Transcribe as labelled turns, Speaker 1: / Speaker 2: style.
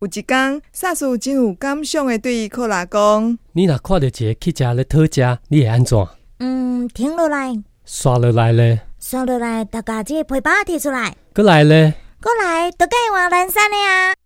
Speaker 1: 有一天，萨斯真有感想的对伊克拉讲：
Speaker 2: 你若看到一个乞食咧讨食，你会安怎？
Speaker 3: 嗯，停落来，
Speaker 2: 刷落来咧，
Speaker 3: 刷落来，大家这个皮包摕出来，
Speaker 2: 过来咧，
Speaker 3: 过来，就改换人生的啊！